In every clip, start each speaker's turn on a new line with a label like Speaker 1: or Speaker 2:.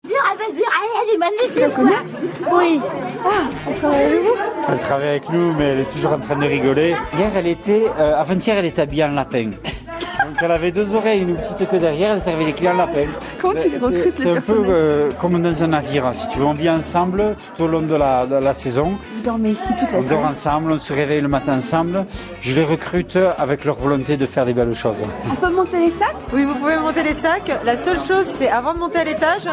Speaker 1: ah, eh,
Speaker 2: tu la connais Oui. Ah, elle travaille avec vous
Speaker 3: Elle travaille avec nous, mais elle est toujours en train de rigoler. Hier, elle était, euh, avant-hier, elle était habillée en lapin. Donc elle avait deux oreilles, une petite queue derrière, elle servait les clients en lapin.
Speaker 2: Comment tu les
Speaker 3: C'est-
Speaker 2: recrutes, les
Speaker 3: C'est un peu
Speaker 2: personnels
Speaker 3: euh, comme dans un navire. Si tu veux, on vit ensemble tout au long de la, de la saison.
Speaker 2: Vous dormez ici toute
Speaker 3: On
Speaker 2: la
Speaker 3: dort
Speaker 2: semaine.
Speaker 3: ensemble, on se réveille le matin ensemble. Je les recrute avec leur volonté de faire des belles choses.
Speaker 2: On peut monter les sacs
Speaker 1: Oui, vous pouvez monter les sacs. La seule chose, c'est avant de monter à l'étage,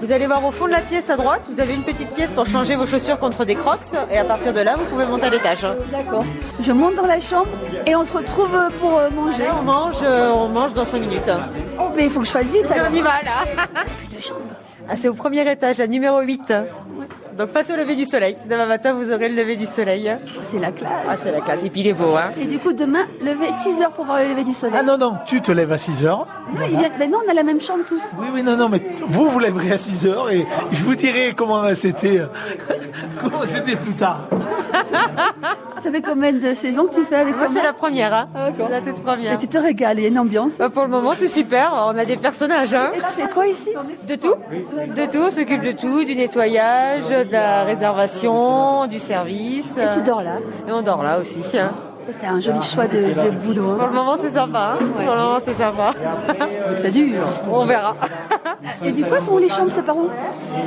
Speaker 1: vous allez voir au fond de la pièce à droite, vous avez une petite pièce pour changer vos chaussures contre des crocs. Et à partir de là, vous pouvez monter à l'étage.
Speaker 2: D'accord. Je monte dans la chambre et on se retrouve euh, pour euh, manger.
Speaker 1: Là, on mange, euh, on mange dans 5 minutes.
Speaker 2: Oh, mais il faut que je fasse vite
Speaker 1: Et
Speaker 2: alors.
Speaker 1: on y va, là. Ah, c'est au premier étage, la numéro 8. Donc face au lever du soleil. Demain matin, vous aurez le lever du soleil.
Speaker 2: C'est la classe.
Speaker 1: Ah, c'est la classe. Et puis il est beau, hein
Speaker 2: Et du coup, demain, lever 6 heures pour voir le lever du soleil.
Speaker 4: Ah non, non, tu te lèves à 6 heures.
Speaker 2: Non, il vient- ben non, on a la même chambre tous.
Speaker 4: Oui, oui, non, non, mais vous vous lèverez à 6 heures et je vous dirai comment c'était, euh, comment c'était plus tard.
Speaker 2: Ça fait combien de saisons que tu fais avec
Speaker 1: Moi,
Speaker 2: toi
Speaker 1: c'est la première, hein
Speaker 2: D'accord.
Speaker 1: La toute première.
Speaker 2: Et tu te régales, il y a une ambiance.
Speaker 1: Bah, pour le moment, c'est super. On a des personnages, hein
Speaker 2: Et tu fais quoi ici
Speaker 1: De tout De tout, on s'occupe de tout, du nettoyage, de la réservation, du service. euh,
Speaker 2: Et tu dors là.
Speaker 1: Et on dort là aussi. hein.
Speaker 2: Ça, C'est un joli choix de, de boulot.
Speaker 1: Pour
Speaker 2: hein.
Speaker 1: le moment, c'est sympa. hein. Pour le moment, c'est sympa.
Speaker 2: Donc Ça dure.
Speaker 1: On verra.
Speaker 2: Et du coup, sont où les chambres C'est par où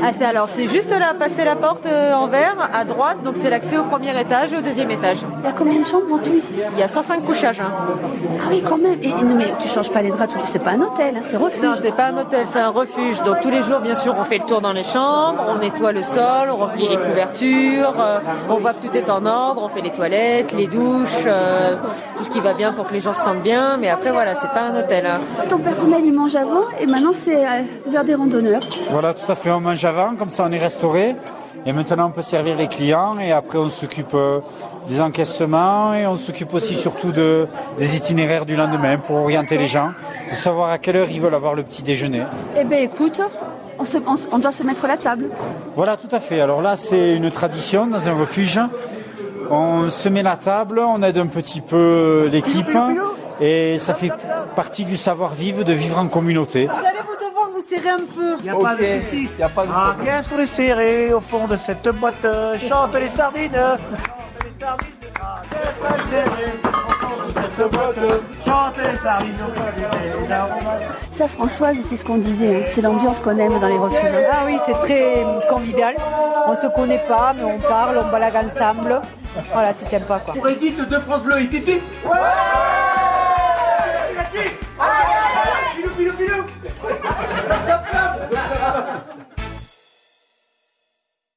Speaker 1: Ah, c'est alors, c'est juste là, passer la porte euh, en vert, à droite, donc c'est l'accès au premier étage et au deuxième étage.
Speaker 2: Il y a combien de chambres en tout ici
Speaker 1: Il y a 105 couchages. hein.
Speaker 2: Ah oui, quand même. Et, et non, mais tu changes pas les draps. tous les- C'est pas un hôtel, hein, c'est refuge.
Speaker 1: Non, c'est pas un hôtel, c'est un refuge. Donc tous les jours, bien sûr, on fait le tour dans les chambres, on nettoie le sol, on replie les couvertures, euh, on voit que tout est en ordre, on fait les toilettes, les douches, euh, tout ce qui va bien pour que les gens se sentent bien. Mais après, voilà, c'est pas un hôtel. hein.
Speaker 2: Ton personnel, il mange avant et maintenant, c'est euh, l'heure des randonneurs.
Speaker 3: Voilà, tout à fait. On mange avant, comme ça on est restauré. Et maintenant on peut servir les clients et après on s'occupe euh, des encaissements et on s'occupe aussi surtout de, des itinéraires du lendemain pour orienter les gens, pour savoir à quelle heure ils veulent avoir le petit déjeuner.
Speaker 2: Eh ben, écoute, on, se- on se- on doit se mettre à la table.
Speaker 3: Voilà, tout à fait. Alors là, c'est une tradition dans un refuge. On se met la table, on aide un petit peu euh, l'équipe et ça fait partie du savoir-vivre de vivre en communauté.
Speaker 5: Il a pas de souci. Y a pas de
Speaker 4: Ah, qu'est-ce qu'on est serré au fond de cette boîte euh, Chante les sardines Chante les sardines Ah, qu'est-ce qu'on est serré au fond de cette boîte Chante les sardines au fond de cette boîte.
Speaker 2: Ça, Françoise, c'est ce qu'on disait. hein, C'est l'ambiance qu'on aime dans les refuges. hein.
Speaker 6: Ah oui, c'est très convivial. On se connaît pas, mais on parle, on balague ensemble. Voilà, c'est sympa quoi.
Speaker 4: Pour Edith de France Bleu, il pipi Ouais